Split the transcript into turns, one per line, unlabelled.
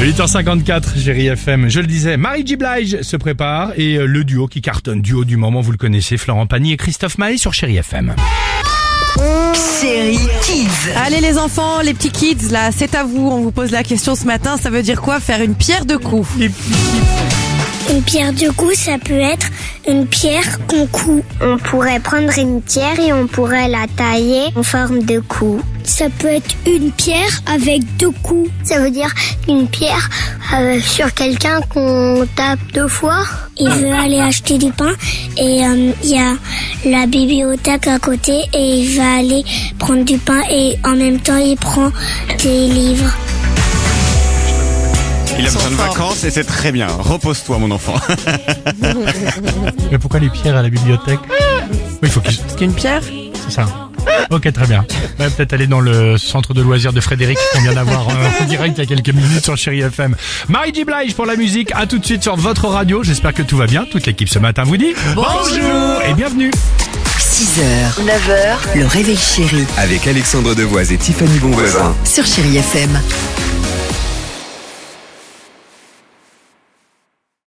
8h54, Géry FM. Je le disais, Marie J. Blige se prépare et euh, le duo qui cartonne, duo du moment, vous le connaissez, Florent Pagny et Christophe Maé sur Chéri FM.
Chéri Kids.
Allez les enfants, les petits kids, là, c'est à vous. On vous pose la question ce matin. Ça veut dire quoi faire une pierre de coups
Une pierre de coup, ça peut être une pierre qu'on coud. On pourrait prendre une pierre et on pourrait la tailler en forme de coup. Ça peut être une pierre avec deux coups. Ça veut dire une pierre euh, sur quelqu'un qu'on tape deux fois. Il veut aller acheter du pain et euh, il y a la bibliothèque à côté et il va aller prendre du pain et en même temps il prend des livres.
Il a besoin de vacances et c'est très bien. Repose-toi, mon enfant.
Mais pourquoi les pierres à la bibliothèque Oui, il faut qu'ils...
Parce qu'une pierre,
C'est ça. Ok, très bien. Ouais, peut-être aller dans le centre de loisirs de Frédéric qu'on vient d'avoir euh, en direct il y a quelques minutes sur Chéri FM. Marie J. Blige pour la musique. À tout de suite sur votre radio. J'espère que tout va bien. Toute l'équipe ce matin vous dit bonjour et bienvenue.
6h, 9h, le réveil chéri
Avec Alexandre Devoise et Tiffany Bonvoisin.
sur Chéri FM.